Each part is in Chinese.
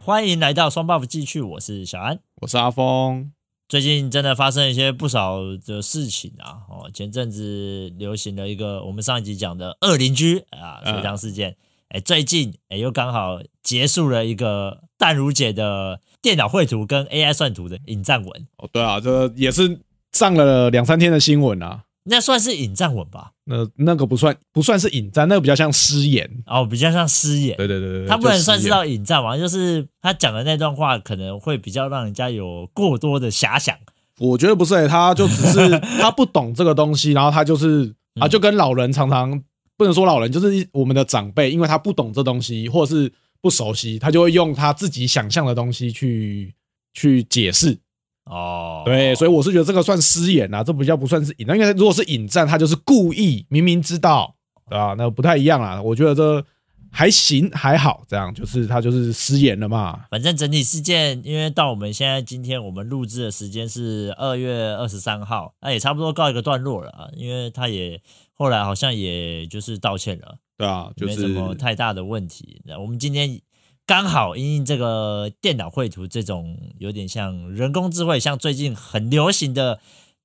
欢迎来到双 buff 继续，我是小安。我是阿峰。最近真的发生了一些不少的事情啊！哦，前阵子流行了一个我们上一集讲的恶邻居啊嗯水塘事件，哎、最近哎又刚好结束了一个淡如姐的电脑绘图跟 AI 算图的引战文，哦，对啊，这个也是上了两三天的新闻啊。那算是引战文吧？那那个不算不算是引战，那个比较像失言。哦，比较像私演，对对对对，他不能算是知到引战嘛，就是他讲的那段话可能会比较让人家有过多的遐想。我觉得不是、欸，他就只 是他不懂这个东西，然后他就是嗯啊，就跟老人常常不能说老人，就是我们的长辈，因为他不懂这东西或是不熟悉，他就会用他自己想象的东西去去解释。哦，对，所以我是觉得这个算失言啊，这比较不算是引战，因为如果是引战，他就是故意明明知道，对吧、那不太一样啦。我觉得这还行，还好，这样就是他就是失言了嘛。反正整体事件，因为到我们现在今天我们录制的时间是二月二十三号，那也差不多告一个段落了啊。因为他也后来好像也就是道歉了，对啊，就没什是么太大的问题。那我们今天刚好因应这个电脑绘图这种有点像人工智慧，像最近很流行的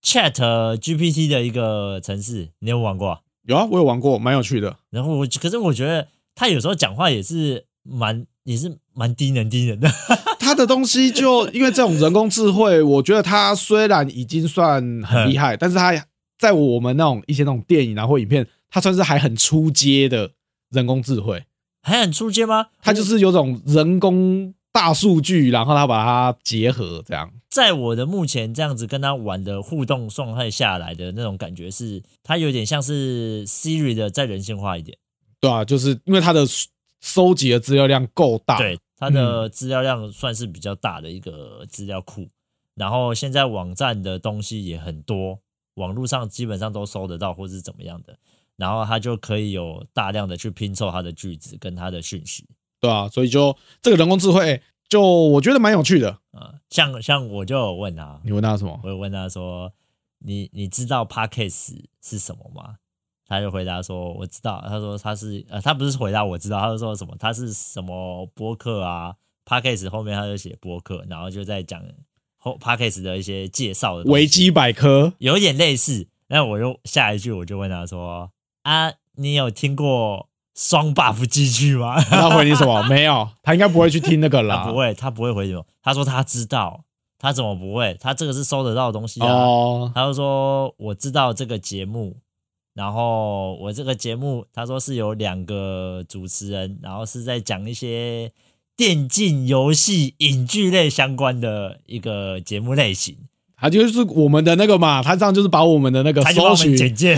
Chat GPT 的一个城市，你有没有玩过啊？有啊，我有玩过，蛮有趣的。然后我可是我觉得他有时候讲话也是蛮也是蛮低能低能的。 他的东西就因为这种人工智慧， 我觉得它虽然已经算很厉嗯害，但是它在我们那种一些那种电影啊或影片，它算是还很出街的人工智慧。还很出街吗？它就是有种人工大数据，然后它把它结合这样。在我的目前这样子跟他玩的互动状态下来的那种感觉是，它有点像是 Siri 的再人性化一点。对啊，就是因为它的收集的资料量够大，对，它的资料量算是比较大的一个资料库，然后现在网站的东西也很多，网络上基本上都搜得到或是怎么样的，然后它就可以有大量的去拼凑它的句子跟它的讯息。对啊，所以就这个人工智慧，就我觉得蛮有趣的。啊、像像我就有问他，你问他什么？我有问他说：“你你知道 podcast 是什么吗？”他就回答说：“我知道。”他说：“他是呃，他不是回答我知道，他就说什么他是什么播客啊，podcast 后面他就写播客，然后就在讲后 podcast 的一些介绍的东西维基百科有点类似。”那我又下一句我就问他说：“啊，你有听过双 buff 机剧吗？” 他回你什么？没有，他应该不会去听那个啦。呃他不会，他不会回什么。他说他知道，他怎么不会？他这个是收得到的东西啊。哦，他就说我知道这个节目，然后我这个节目他说是有两个主持人，然后是在讲一些电竞游戏、影剧类相关的一个节目类型。他就是我们的那个嘛，他这样就是把我们的那个他就帮搜我们寻简，介，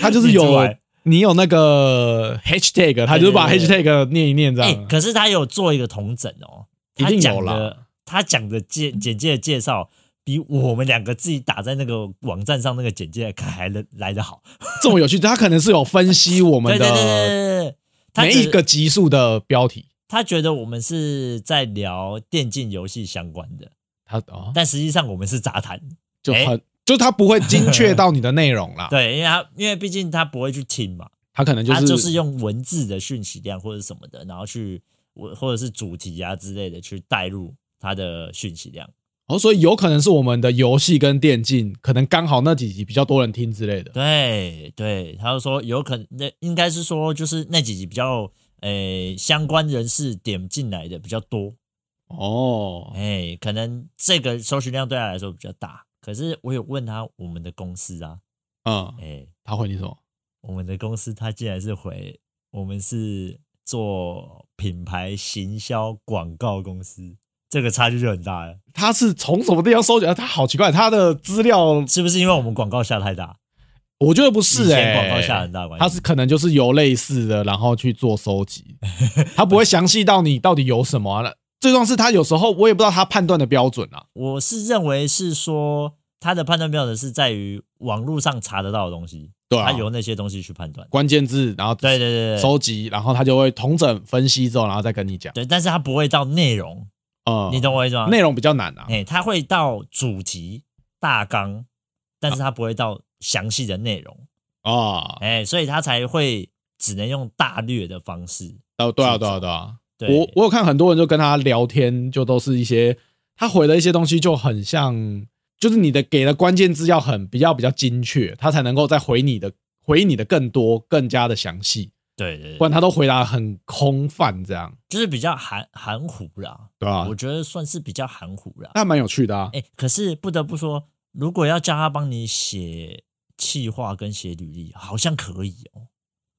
他就是列出有来你有那个 hashtag，他就是把对对 hashtag 念一念这哎、样。可是他有做一个同整哦，他一定有讲啦的他讲的介简介的介绍。比我们两个自己打在那个网站上那个简介还来来得好，这么有趣，他可能是有分析我对们对对的对对对，他每觉一得个集数的标题。他觉得我们是在聊电竞游戏相关的，他哦，但实际上我们是杂谈。就哎很，就是他不会精确到你的内容啦， 对，因为他因为毕竟他不会去听嘛，他可能啊就他是就是用文字的讯息量或者什么的，然后去我或者是主题啊之类的去带入他的讯息量。哦，所以有可能是我们的游戏跟电竞，可能刚好那几集比较多人听之类的。对对，他就说有可能那应该是说就是那几集比较诶、相关人士点进来的比较多，哦，哎，可能这个搜寻量对他来说比较大。可是我有问他我们的公司啊，嗯，哎。他回你什么？我们的公司它竟然是回我们是做品牌行销广告公司，这个差距就很大了，他是从什么地方搜集？啊他好奇怪，他的资料是不是因为我们广告下太大？我觉得不以是前哎、广告下很大关系他是可能就是由类似的，然后去做 收集，他不会详细到你到底有什么、啊。那最重要是他有时候我也不知道他判断的标准啊。我是认为是说他的判断标准是在于网络上查得到的东西，对啊他，由那些东西去判断。关键字，然后对对对对对。收集，然后他就会统整分析之后，然后再跟你讲。对，但是他不会到内容，呃，你懂我意思吗？内容比较难啊。哎、他会到主题大纲，但是他不会到详细的内容，啊，哎哎、所以他才会只能用大略的方式哦，对啊，对啊，对啊，对我我有看很多人就跟他聊天，就都是一些他回的一些东西就很像，就是你的给的关键字要很比较比较精确，他才能够再回你的回你的更多更加的详细，对对对，不然他都回答很空泛这样，就是比较含含糊啦，对吧、我觉得算是比较含糊啦。那蛮有趣的啊，哎、可是不得不说，如果要叫他帮你写企划跟写履历，好像可以哦。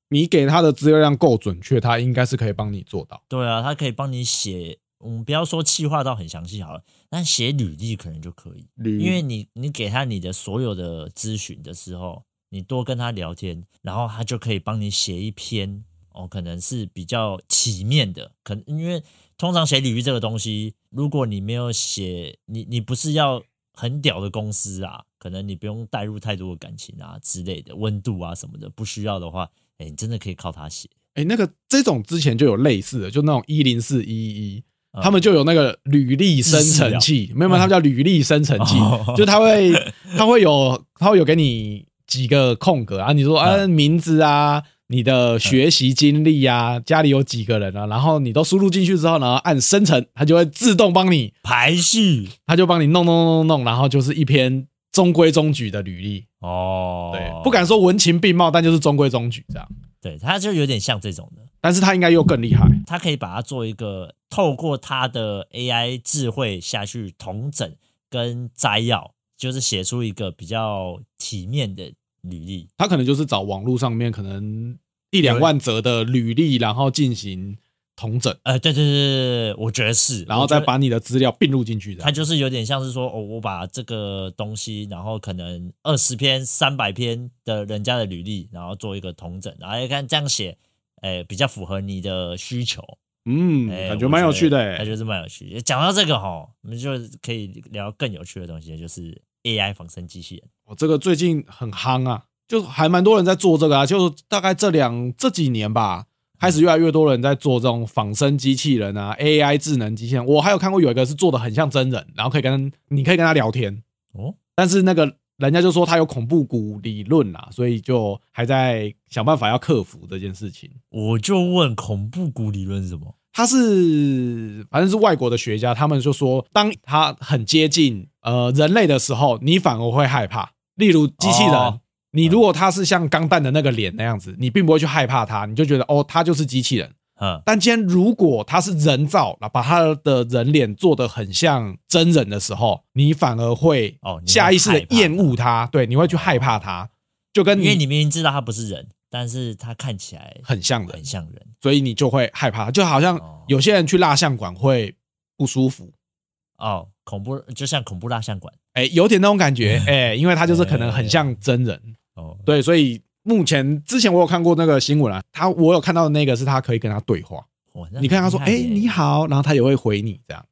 你给他的资料量够准确，他应该是可以帮你做到。对啊，他可以帮你写，我们不要说企划到很详细好了，但写履历可能就可以，履因为你你给他你的所有的咨询的时候，你多跟他聊天，然后他就可以帮你写一篇哦，可能是比较体面的，可能因为通常写履历这个东西，如果你没有写，你你不是要很屌的公司啊，可能你不用带入太多的感情啊之类的温度啊什么的，不需要的话，哎，你真的可以靠他写。哎，那个这种之前就有类似的，就那种一零四一一，嗯他们就有那个履历生成器，没有没有，他们叫履历生成器啊哦，就他会他会有他会有给你几个空格啊，你说啊嗯名字啊，你的学习经历啊，家里有几个人啊，然后你都输入进去之后呢，按生成，它就会自动帮你，排序它就帮你弄弄弄弄弄，然后就是一篇中规中矩的履历，哦，对，不敢说文情并茂，但就是中规中矩这样，对，他就有点像这种的，但是他应该又更厉害。他可以把它做一个透过他的 AI 智慧下去统整跟摘要，就是写出一个比较体面的履历。他可能就是找网络上面可能一两万则的履历，然后进行统整，呃，对对对对对，我觉得是，然后我觉再得把你的资料并入进去的它。就是有点像是说，哦，我把这个东西，然后可能二十篇、三百篇的人家的履历，然后做一个统整，然后一看这样写，哎，比较符合你的需求。嗯，哎感觉蛮有趣的、我觉得那欸。就是蛮有趣的。讲到这个哈，我们就可以聊更有趣的东西，就是 AI 仿生机器人。我这个最近很夯啊，就还蛮多人在做这个啊，就大概这两这几年吧，开始越来越多人在做这种仿生机器人啊，AI 智能机器人。我还有看过有一个是做的很像真人，然后可以跟你可以跟他聊天，哦，但是那个。人家就说他有恐怖谷理论啦、所以就还在想办法要克服这件事情。我就问恐怖谷理论是什么？他是反正是外国的学家，他们就说，当他很接近呃人类的时候，你反而会害怕。例如机器人，哦你如果他是像钢弹的那个脸那样子，你并不会去害怕他，你就觉得哦，他就是机器人。嗯，但今天如果他是人造，把他的人脸做得很像真人的时候，你反而会哦你会下意识害的怕厌恶他，对，你会去害怕他，就跟因为你你明明知道他不是人，但是他看起来很像人很，像人所以你就会害怕，就好像哦有些人去蜡像馆会不舒服。哦，恐怖就像恐怖蜡像馆哎、有点那种感觉，哎、因为他就是可能很像真人，哦。对，所以目前之前我有看过那个新闻啊，他我有看到的那个是他可以跟他对话，哇你看他说，哎、你，好，然后他也会回你这样，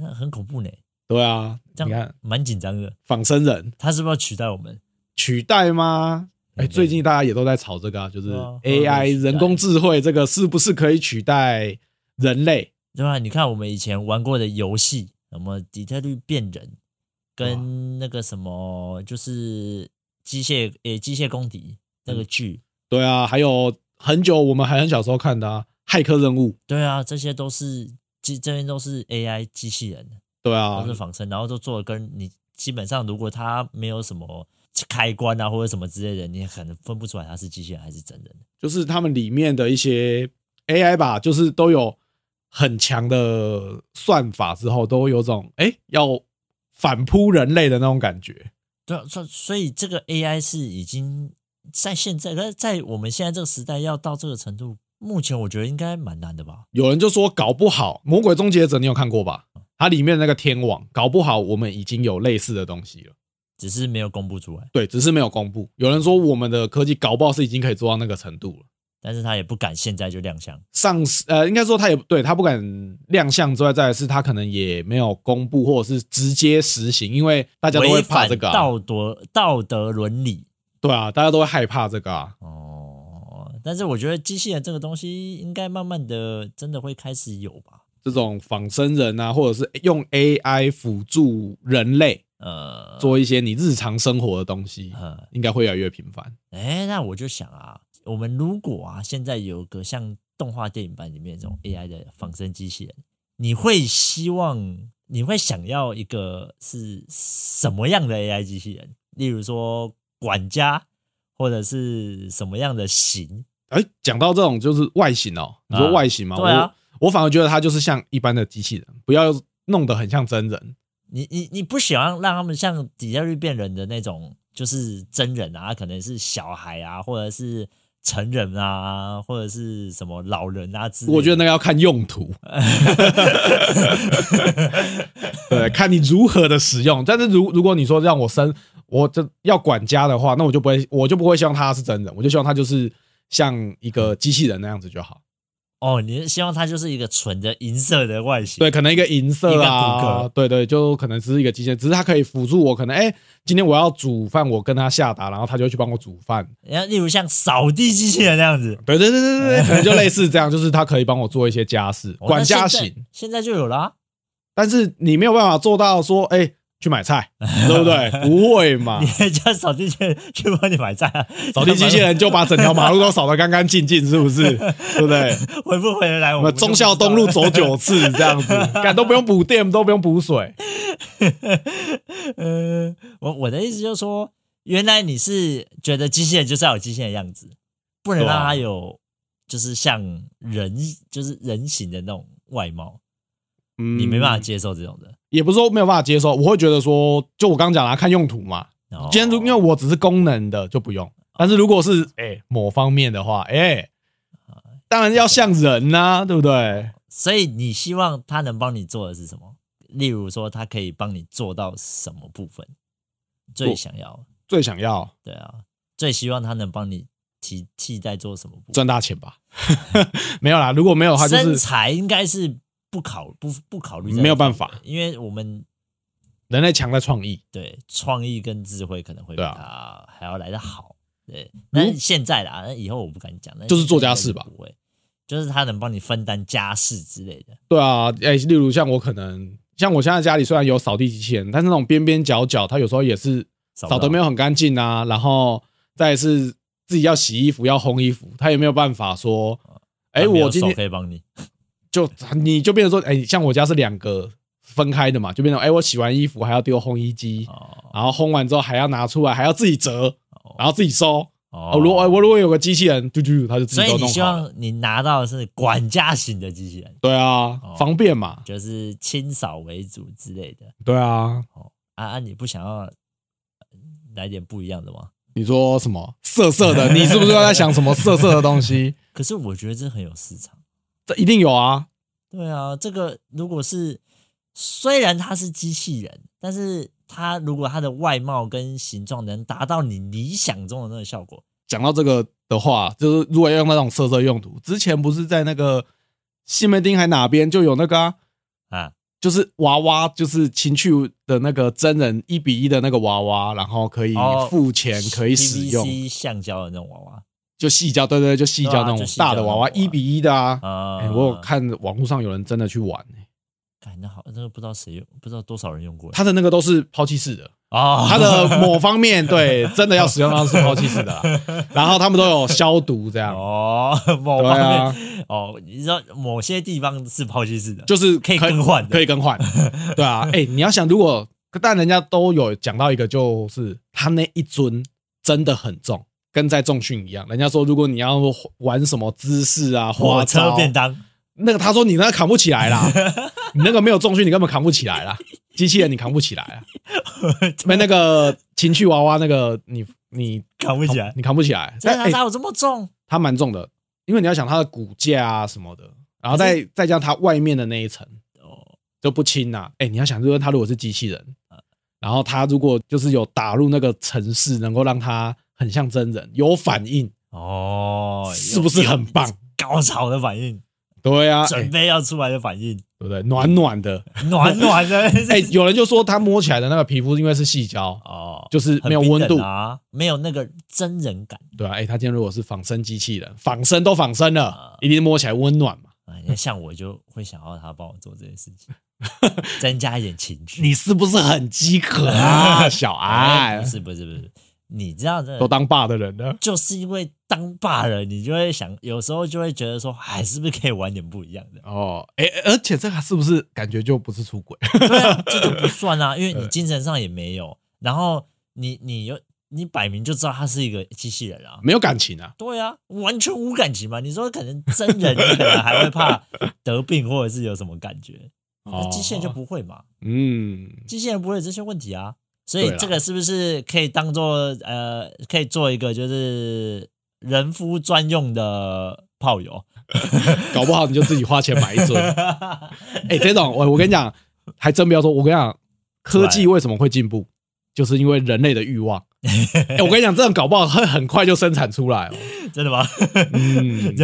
那很厉害耶哦，那很恐怖呢，对啊，这你样看蛮紧张的。仿生人他是不是要取代我们？取代吗？哎、嗯最近大家也都在吵这个、啊，就是对啊会不会 AI 取代人工智慧这个是不是可以取代人类？对吧？你看我们以前玩过的游戏，什么底特律变人，跟那个什么就是机械诶机械公敌那个剧，对啊，还有很久我们还很小时候看的、啊《骇客任务》，对啊，这些都是机这边都是 AI 机器人，对啊都是，仿生，然后都做的跟你基本上如果它没有什么开关啊或者什么之类的，你可能分不出来它是机器人还是真人。就是他们里面的一些 AI 吧，就是都有很强的算法，之后都有种哎、诶要反扑人类的那种感觉。对啊，所所以这个 AI 是已经在现在，可是在我们现在这个时代要到这个程度，目前我觉得应该蛮难的吧。有人就说搞不好《魔鬼终结者》，你有看过吧？它里面那个天网，搞不好我们已经有类似的东西了。只是没有公布出来，对，只是没有公布。有人说我们的科技搞不好是已经可以做到那个程度了。但是他也不敢现在就亮相。上市呃，应该说他也对他不敢亮相之外，再来是他可能也没有公布或者是直接实行，因为大家都会违怕反这个、啊、道德道德伦理对啊，大家都会害怕这个啊。哦。但是我觉得机器人这个东西应该慢慢的真的会开始有吧？这种仿生人啊，或者是用 AI 辅助人类呃，做一些你日常生活的东西，呃，应该会越来越频繁。哎，那我就想啊，我们如果啊现在有个像动画电影版里面这种 AI 的仿生机器人，你会希望，你会想要一个是什么样的 AI 机器人？例如说管家，或者是什么样的型？哎，讲到这种就是外形哦，你说外形嘛，对啊我我反而觉得它就是像一般的机器人，不要弄得很像真人。你你你不喜欢让他们像底特律变人的那种，就是真人啊，可能是小孩啊，或者是成人啊，或者是什么老人啊之类的。我觉得那个要看用途，对，看你如何的使用。但是如如果你说让我生，我这要管家的话，那我就不会，我就不会希望它是真人，我就希望它就是像一个机器人那样子就好。哦，你是希望它就是一个纯的银色的外形？对，可能一个银一色个啊骨骼，对对，就可能只是一个机械，只是它可以辅助我。可能哎、今天我要煮饭，我跟他下达，然后他就会去帮我煮饭。然哎后例如像扫地机器人那样子，对对对对对，可能就类似这样，就是它可以帮我做一些家事，哦管家。那现在型。现在就有啊啦、但是你没有办法做到说，哎、去买 菜，对不对？不会嘛你？还叫扫地机器人去帮你买菜、啊，啊 扫地机器人就把整条马路都扫得干干净净，是不是？ 对不对？ 回不回得来我我们们就不忠知道孝东路走九次这 样子，干都不用补电，都不用补水。 呃，我我的意思就是说，原来你是觉得机器人就是要有机器人的样子，不能对啊让它有就是像人就是人形的那种外貌，嗯你没办法接受这种的。也不是说没有办法接受，我会觉得说，就我刚刚讲啊啦，看用途嘛。哦今天如因为我只是功能的就不用，但是如果是哎、某方面的话，哎、当然要像人呐、对不对？所以你希望它能帮你做的是什么？例如说，它可以帮你做到什么部分？最做想要最想要对啊，最希望它能帮你替替代做什么部分？赚大钱吧？ 没有啦，如果没有的话，就身是材应该是不考不不考虑在没有这办里法的，因为我们人类强在创意。对创意跟智慧可能会比对啊嗯他还要来得好。对，那现在啦，那以后我不敢讲，那就是做家事吧不会，就是他能帮你分担家事之类的。对啊，哎、例如像我可能，像我现在家里虽然有扫地机器人，但是那种边边角角，它有时候也是扫扫到的没有很干净啊，然后再来是自己要洗衣服、要烘衣服，他也没有办法说，哎、他没有我今手天可以帮你，就你就变成说，哎、像我家是两个分开的嘛，就变成哎、我洗完衣服还要丢烘衣机，哦然后烘完之后还要拿出来，还要自己折，然后自己收。哦哦，如果哎我如果有个机器人，嘟嘟，他就自所己以都你弄希好了。望你拿到的是管家型的机器人， 对啊哦，方便嘛。就是清扫为主之类的。对啊，啊啊，你不想要呃来点不一样的吗？你说什么色色 的？你是不是又在想什么色色的东西？可是我觉得这很有市场。 这一定有啊。对啊，这个如果是虽然它是机器人，但是它如果它的外貌跟形状能达到你理想中的那个效果，讲到这个的话，就是如果要用那种色色用途，之前不是在那个西门町还哪边就有那个、啊。啊，就是娃娃，就是情趣的那个真人一比一的那个娃娃，然后可以哦付钱可以使用， PVC 橡胶的那种娃娃就细胶，对对，就细胶对那啊就种细胶大的娃娃，那种娃娃一比一的啊。啊、哎，我有看网络上有人真的去玩、欸，干，那好，那个不知道谁用，不知道多少人用过他的那个都是抛弃式的，哦，他的某方面对真的要使用到是抛弃式的 啦，然后他们都有消毒这样，哦， 某对方面、啊，哦，你知道某些地方是抛弃式的，就是可以更换的可以更换，对啊，哎，你要想如果但人家都有讲到一个，就是他那一尊真的很重，跟在重训一样，人家说如果你要玩什么姿势啊，火花车招便当那个他说你那个扛不起来 啦，你那个没有重训，你根本扛不起来啦，机器人你扛不起来啊，没那个情趣娃娃那个你你扛不起来，你扛不起来，真但的哎、它 有这么重？它蛮重的，因为你要想它的骨架啊什么的，然后再再加上它外面的那一层哦，就不轻呐、哎、你要想，就是它如果是机器人，嗯然后它如果就是有打入那个城市，能够让它很像真人，有反应，哦，是不是有很棒？高潮的反应，对啊，哎准备要出来的反应，对不对？暖暖的，暖暖的。 哎、有人就说它摸起来的那个皮肤因为是细胶， 哦，就是很没有温冰度冷，啊，没有那个真人感。对啊，哎、它今天如果是仿生机器人，仿生都仿生啊了，一定摸起来温暖嘛。啊，像我就会想要他帮我做这件事 情，增加一点情趣。 你是不是很饥渴啊，小哎，爱不？是不是不是，你这样的都当爸的人了。？就是因为当爸了，你就会想，有时候就会觉得说，哎，是不是可以玩点不一样的哦，哎、而且这个是不是感觉就不是出轨？ 对啊，这就不算啊，因为嗯你精神上也没有，然后你你又你摆明就知道他是一个机器人啊，没有感情啊？对啊，完全无感情嘛。你说可能真人，你可能还会怕得病或者是有什么感觉，嗯那机器人就哦不会嘛，嗯，机器人不会有这些问题啊。所对以啦这个是不是可以当做呃，可以做一个就是人夫专用的炮友？搞不好你就自己花钱买一尊。哎、这种我我跟你讲，还真不要说，我跟你讲，科技为什么会进步，就是因为人类的 欲望。哎、我跟你讲，这种搞不好会很快就生产出来哦。 真的吗？ 嗯，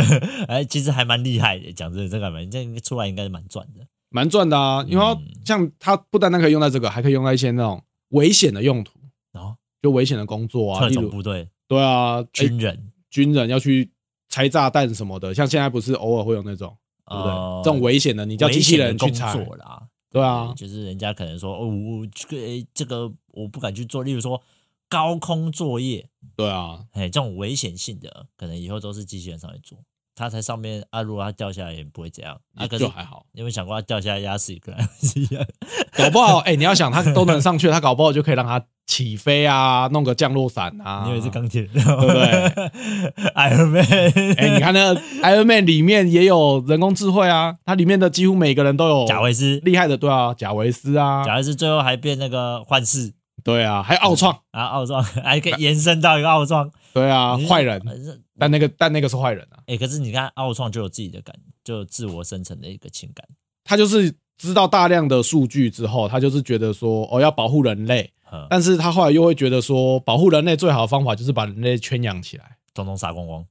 哎，其实还蛮厉害的。讲真的，这个还蛮这个出来应该是蛮赚的。蛮赚的啊，因为嗯像它不单单可以用在这个，还可以用在一些那种危险的用途，然后就危险的工作啊，哦特例种如部队、对啊，哎军人，军人要去拆炸弹什么的，像现在不是偶尔会有那种，对不对？呃这种危险的，你叫机器人去危险拆的，工作啦。对啊，就是人家可能说，哦，我这个哎这个我不敢去做。例如说高空作业，对啊，哎，这种危险性的，可能以后都是机器人上去做。它在上面啊，如果它掉下来也不会怎样啊。可是就还好，你有没有想过，它掉下来压死一个人是一样 的？搞不 好哎、你要想他都能上去，他搞不好就可以让他起飞啊，弄个降落伞啊。你以为是钢铁人？不对 ？Iron Man，哎、你看那个 Iron Man 里面也有人工智慧啊，它里面的几乎每个人都有贾维斯，厉害的，对啊，贾维斯啊，贾维斯最后还变那个幻视。对啊，还有奥创，啊，奥壮还可以延伸到一个奥 壮对啊，坏人，哎、但那个但那个是坏人啊，诶欸可是你看奥创就有自己的感，就有自我生成的一个情感。他就是知道大量的数据之后，他就是觉得说哦要保护人类，嗯，但是他后来又会觉得说保护人类最好的方法就是把人类圈养起来。统统杀光光，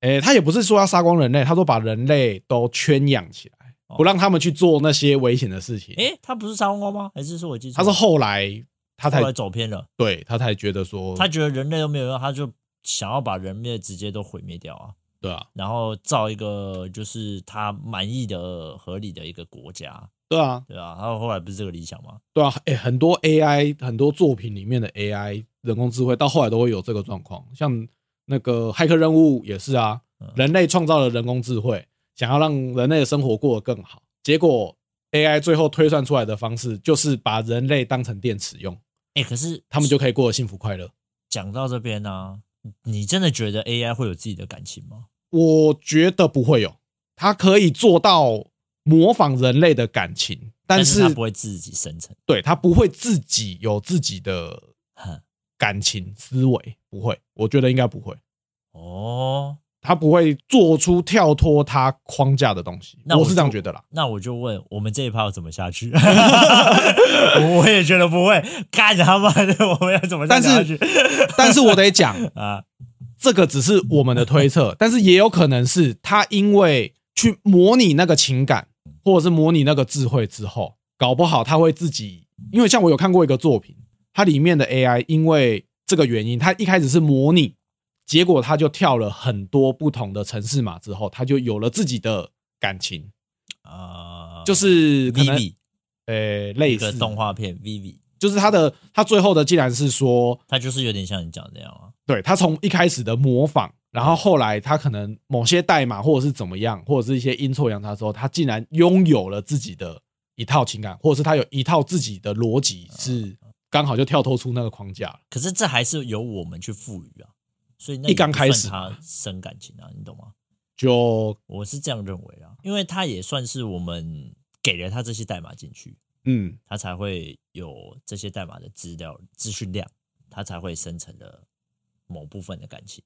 诶、他也不是说要杀光人类，他说把人类都圈养起来，哦不让他们去做那些危险的事情。诶，欸他不是杀光光吗？还是说我记错他了？是后来他才后来走偏了，对他才觉得说，他觉得人类都没有用，他就想要把人类直接都毁灭掉啊，对啊，然后造一个就是他满意的合理的一个国家，对啊，对吧、啊？他后来不是这个理想吗？对啊，诶、很多 AI 很多作品里面的 AI 人工智慧到后来都会有这个状况，像那个《骇客任务》也是啊嗯，人类创造了人工智慧，想要让人类的生活过得更好，结果 AI 最后推算出来的方式就是把人类当成电池用，诶，欸可是他们就可以过得幸福快乐。讲到这边呢、你真的觉得 AI 会有自己的感情吗？我觉得不会有，它可以做到模仿人类的感情，但是它不会自己生成。对它不会自己有自己的哼感情思维，不会，我觉得应该不会，哦，它不会做出跳脱它框架的东西，那我我是这样就觉得啦。那我就问，我们这一趴要怎么下去？ 我也觉得不会，干他妈的，我们要怎么但下去？是 但是我得讲，啊，这个只是我们的推 测，但是也有可能是他因为去模拟那个情感，或者是模拟那个智慧之后，搞不好他会自己，因为像我有看过一个作品，它里面的 AI 因为这个原因，它一开始是模拟，结果它就跳了很多不同的城市码之后，它就有了自己的感情，啊，就是可能 Vivi 呃一类个似，动画片 Vivi，就是它的它最后的竟然是说，它就是有点像你讲的那样啊。对他从一开始的模仿，然后后来他可能某些代码或者是怎么样，或者是一些阴错阳差之后，他竟然拥有了自己的一套情感，或者是他有一套自己的逻辑，是刚好就跳脱出那个框架了。可是这还是由我们去赋予啊，所以那一刚开始他生感情啊，你懂吗？就我是这样认为啊，因为他也算是我们给了他这些代码进去，嗯，它才会有这些代码的资料资讯量，它才会生成的某部分的感情。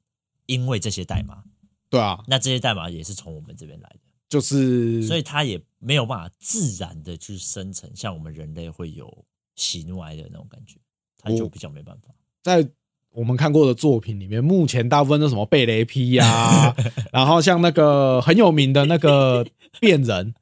因为这些代码，对啊，那这些代码也是从我们这边来的，就是所以它也没有办法自然的去生成像我们人类会有喜怒哀乐那种感觉，它就我比较没办法。在我们看过的作品里面，目前大部分都什么贝雷批呀、然后像那个很有名的那个变人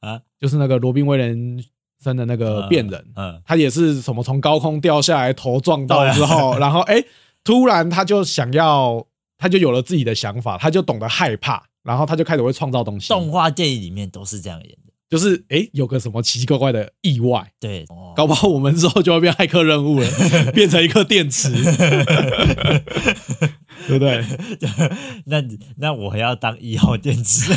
啊，就是那个罗宾威廉森的那个变人，嗯，他也是什么从高空掉下来，头撞到之后，然后哎、诶突然他就想要，他就有了自己的想法，他就懂得害怕，然后他就开始会创造东西。动画电影里面都是这样演的，就是哎、诶有个什么奇奇怪怪的意外，对，哦搞不好我们之后就会变骇客任务了，变成一颗电 池，对不对？那你那我还要当一号电池，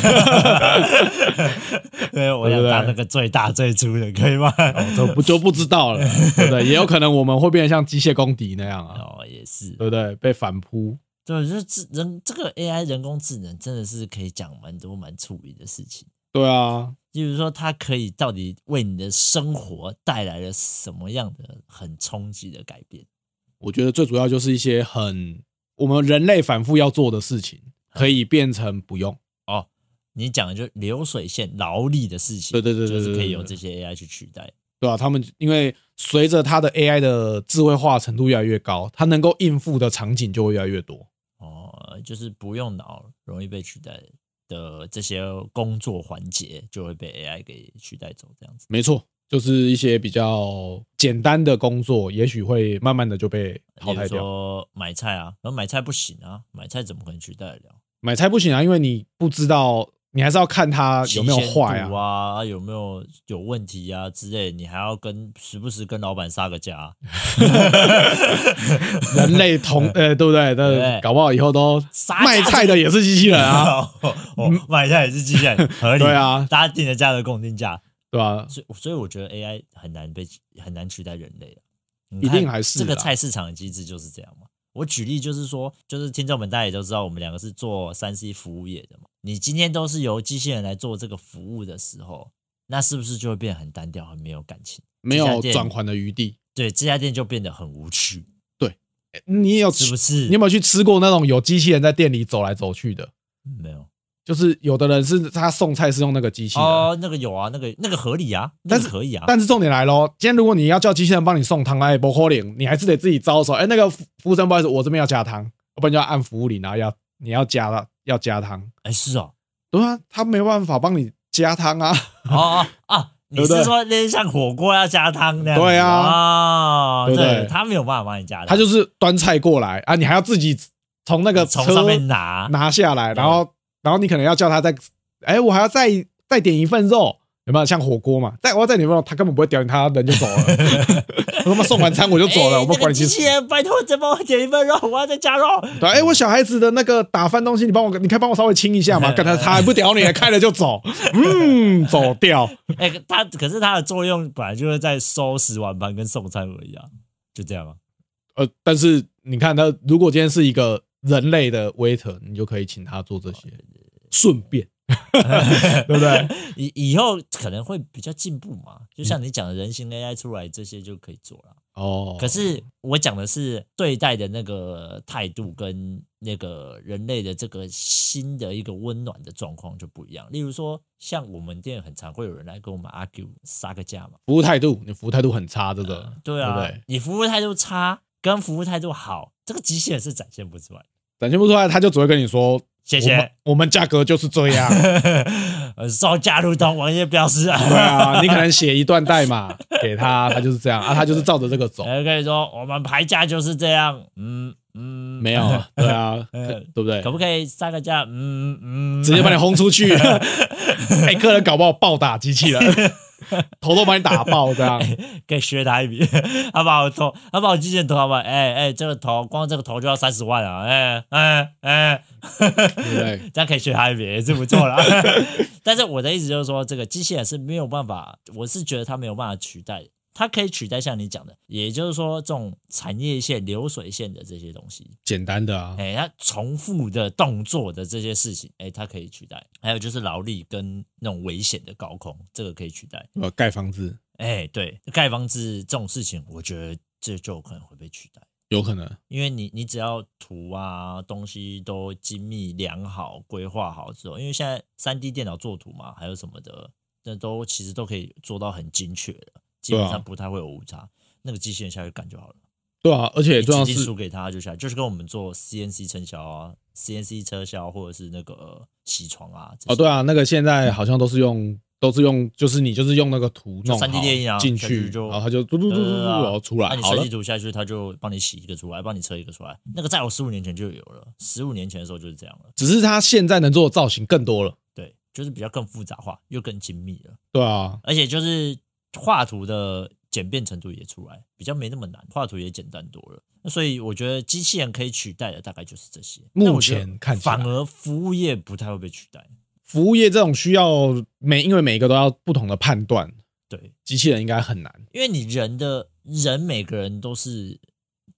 对，我想当那个最大最粗的，可以吗？哦这不就不知道了，对不对？也有可能我们会变得像机械公敌那样啊， 哦，也是，对不对？被反扑，对，就是智人这个 AI 人工智能真的是可以讲蛮多蛮处理的事情，对啊，例如说它可以到底为你的生活带来了什么样的很冲击的改变？我觉得最主要就是一些很我们人类反复要做的事情，可以变成不用。哦，你讲的就流水线劳力的事情，对对对对就是可以由对这些 AI 去取代。对啊，他们因为随着它的 AI 的智慧化程度越来越高，它能够应付的场景就会越来越多。哦，就是不用脑容易被取代的这些工作环节就会被 AI 给取代走，这样子。没错，就是一些比较简单的工作，也许会慢慢的就被比淘如汰掉。说买菜啊，然后买菜不行啊，买菜怎么可能取代得了？买菜不行啊，因为你不知道，你还是要看它有没有新鲜坏度啊。啊？有没有有问题啊之类的？你还要跟时不时跟老板杀个价 啊、人类 同呃，对不对对？不那对搞不好以后都杀卖价菜的也是机器人啊， 哦哦，买菜也是机器人，合理。对啊大家定的价格共定价，对吧、所以所以我觉得 AI 很难被很难取代人类啊你一看定还是这个啦菜市场的机制就是这样嘛。我举例就是说，就是听众们大家也都知道，我们两个是做三 C 服务业的嘛。你今天都是由机器人来做这个服务的时候，那是不是就会变得很单调、很没有感情？没这家有店转换的余地。对，这家店就变得很无趣，诶你也有是吃不，是？哦你有没有去吃过那种有机器人在店里走来走去的？没有就是有的人是他送菜是用那个机器人，哦，那个有啊，那个那个合理啊，那但个是可以啊。但是重点来喽，今天如果你要叫机器人帮你送汤来不可能，你还是得自己招手。哎、那个服服务生不好意思，我这边要加汤，要不然就要按服务铃，然后要你要加了要加汤。哎，是 哦，对啊，他没办法帮你加汤啊。哦哦啊，你对不对是说那些像火锅要加汤那样子？对啊啊，对不对他没有办法帮你加汤，他就是端菜过来啊，你还要自己从那个车嗯从上面拿，拿下来，对然后然后你可能要叫他再，哎、我还要再再点一份肉，有没有像火锅嘛？再我要再点一份肉，他根本不会屌你，他人就 走了。我他妈送完餐我就走了，哎我不那个管你去机死器。人，拜托再帮我点一份肉，我要再加肉。对，哎、我小孩子的那个打翻东西，你帮我，你可以帮我稍微清一下嘛？刚才他还不屌你，开了就 走，嗯，走掉。哎、它可是它的作用本来就是在收拾碗盘跟送餐而已啊，就这样啊。呃，但是你看他，如果今天是一个人类的 waiter，你就可以请他做这些，顺 便，对不 对？以以后可能会比较进步嘛，就像你讲的人形 AI 出来这些就可以做了。哦，可是我讲的是对待的那个态度跟那个人类的这个新的一个温暖的状况就不一样。例如说，像我们店很常会有人来跟我们 argue 杀个价嘛。服务态度，你服务态度很差，这个对啊，对不对你服务态度差跟服务态度好，这个极限是展现不出来的。展现不出来，他就只会跟你说谢我们谢， 我们价格就是这 样。呃，售价如同网页标 识啊。对啊，你可能写一段代码给他，他就是这样啊，他就是照着这个 走，我跟你呃说，我们牌价就是这样。嗯嗯，没有，对 啊，呃可对不对可？不可以杀个价？嗯嗯， 直接把你轰出 去，哎，客人搞不好暴打机器人，头都把你打爆这样。可以削他一笔。 他把我头，他把我机器人头，他把哎哎，这个头光这个头就要三十万啊！哎哎哎，对这样可以学他一笔，也是不错啦。 但是我的意思就是说，这个机器人是没有办法，我是觉得它没有办法取代的，它可以取代像你讲的，也就是说这种产业线、流水线的这些东西，简单的啊，哎、它重复的动作的这些事情，哎、它可以取代。还有就是劳力跟那种危险的高空，这个可以取代。呃，盖房子哎、对，盖房子这种事情，我觉得这就有可能会被取代。有可能，因为你你只要图啊东西都精密量好规划好之后，因为现在三 D 电脑做图嘛，还有什么的，那都其实都可以做到很精确了，基本对啊上不太会有误差。那个机器人下去干就好了，对啊，而且你重直要接是输给他就下来，就是跟我们做 CNC 撑销啊、CNC 车销或者是那个铣床啊。哦，对，啊，那个现在好像都是用。都是用，就是你就是用那个图弄好 3D 列印啊进下去去，就然后他就嘟嘟嘟嘟嘟，对啊然后出那来，你好设了计，图下去，他就帮你洗一个出来，帮你车一个出来。那个在我十五年前就有了，十五年前的时候就是这样了。只是他现在能做的造型更多了。对，就是比较更复杂化，又更精密了，对啊，而且就是画图的简便程度也出来，比较没那么难，画图也简单多了。那所以我觉得机器人可以取代的大概就是这些。目那我觉得前看起来反而服务业不太会被取代。服务业这种需要每因为每一个都要不同的判断，对，机器人应该很难。因为你人的人每个人都是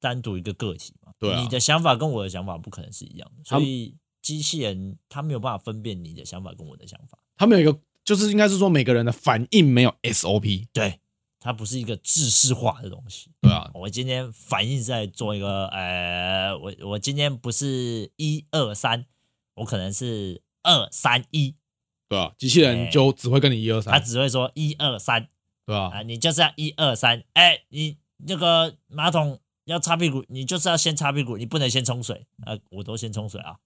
单独一个个体嘛，对啊你的想法跟我的想法不可能是一样的，所以机器人它没有办法分辨你的想法跟我的想法，他们有一个就是应该是说每个人的反应没有 SOP，对，它不是一个制式化的东西。对啊，我今天反应在做一个，呃，我我今天不是一二三，我可能是二三一，对啊，机器人就只会跟你一二它三，只会说一二三对啊，啊，你就是要一二三，哎，你那个马桶要擦屁股，你就是要先擦屁股，你不能先冲水啊、呃我都先冲水啊，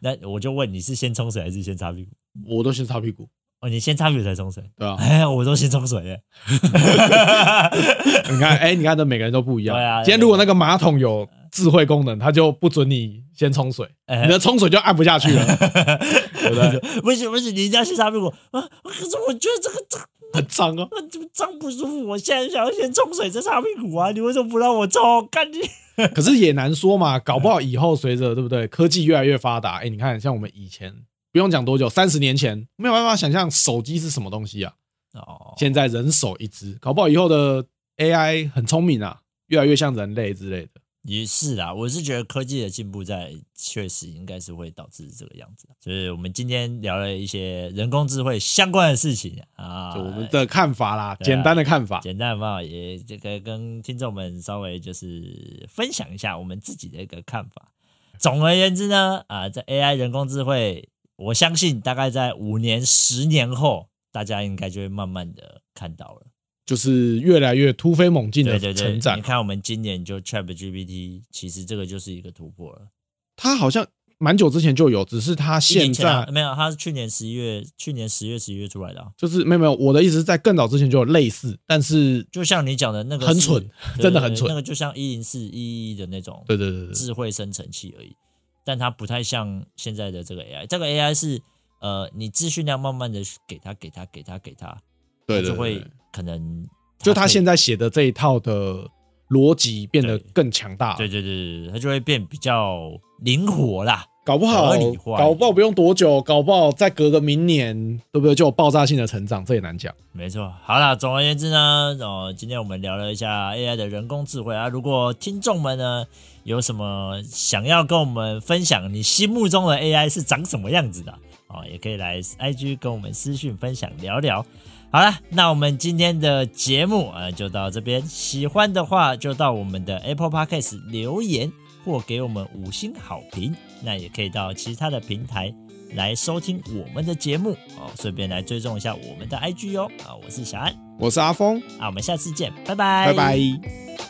那我就问你是先冲水还是先擦屁股？我都先擦屁股，哦，你先擦屁股才冲水，对啊， 哎，我都先冲水耶。你看，哎，你看这每个人都不一样。对啊今天如果那个马桶有智慧功能，它就不准你先冲水，哎你的冲水就按不下去 了，对不对？不行不行，你一定要先擦屁股啊！可是我觉得这个这个很脏哦。这个脏不舒服，我现在想要先冲水再擦屁股啊！你为什么不让我冲？干你！可是也难说嘛，搞不好以后随着对不对科技越来越发达，哎，你看像我们以前不用讲多久，三十年前没有办法想象手机是什么东西啊，哦，现在人手一只，搞不好以后的 AI 很聪明啊，越来越像人类之类的。也是啦，我是觉得科技的进步在确实应该是会导致这个样子。就是我们今天聊了一些人工智慧相关的事情啊，就我们的看法啦，对啊简单的看法，简单的方法也这个跟听众们稍微就是分享一下我们自己的一个看法。总而言之呢，啊，在 AI 人工智慧，我相信大概在五年、十年后，大家应该就会慢慢的看到了。就是越来越突飞猛进对的对对，成长你。看我们今年就 ChatGPT，其实这个就是一个突破了。它好像蛮久之前就有，只是它一年现前啊在没有，他是去年十一月，去年十月十一月出来的、啊，就是没有没有，我的意思是在更早之前就有类似，但是就像你讲的那个很是蠢对 真的对很对蠢那个就像一零四一一的那种对对对对对，智慧生成器而已，但它不太像现在的这个 AI，这个 AI 是呃你资讯量慢慢的给它给它给它给它，对它对就对会对可能就他现在在写的这一套的逻辑变得对更强大，对对对对，它就会变比较灵活啦。搞不好合理化搞不好不用多久，搞不好再隔个明年，对不对？就有爆炸性的成长，这也难讲。没错，好啦，总而言之呢，哦，今天我们聊了一下 AI 的人工智慧啊。如果听众们呢有什么想要跟我们分享，你心目中的 AI 是长什么样子的哦，也可以来 IG 跟我们私讯分享聊聊。好啦，那我们今天的节目啊、呃就到这边，喜欢的话就到我们的 Apple Podcast 留言或给我们五星好评，那也可以到其他的平台来收听我们的节目哦，顺便来追踪一下我们的 IG 哦。啊，我是小安，我是阿峰，啊，我们下次见，拜拜拜。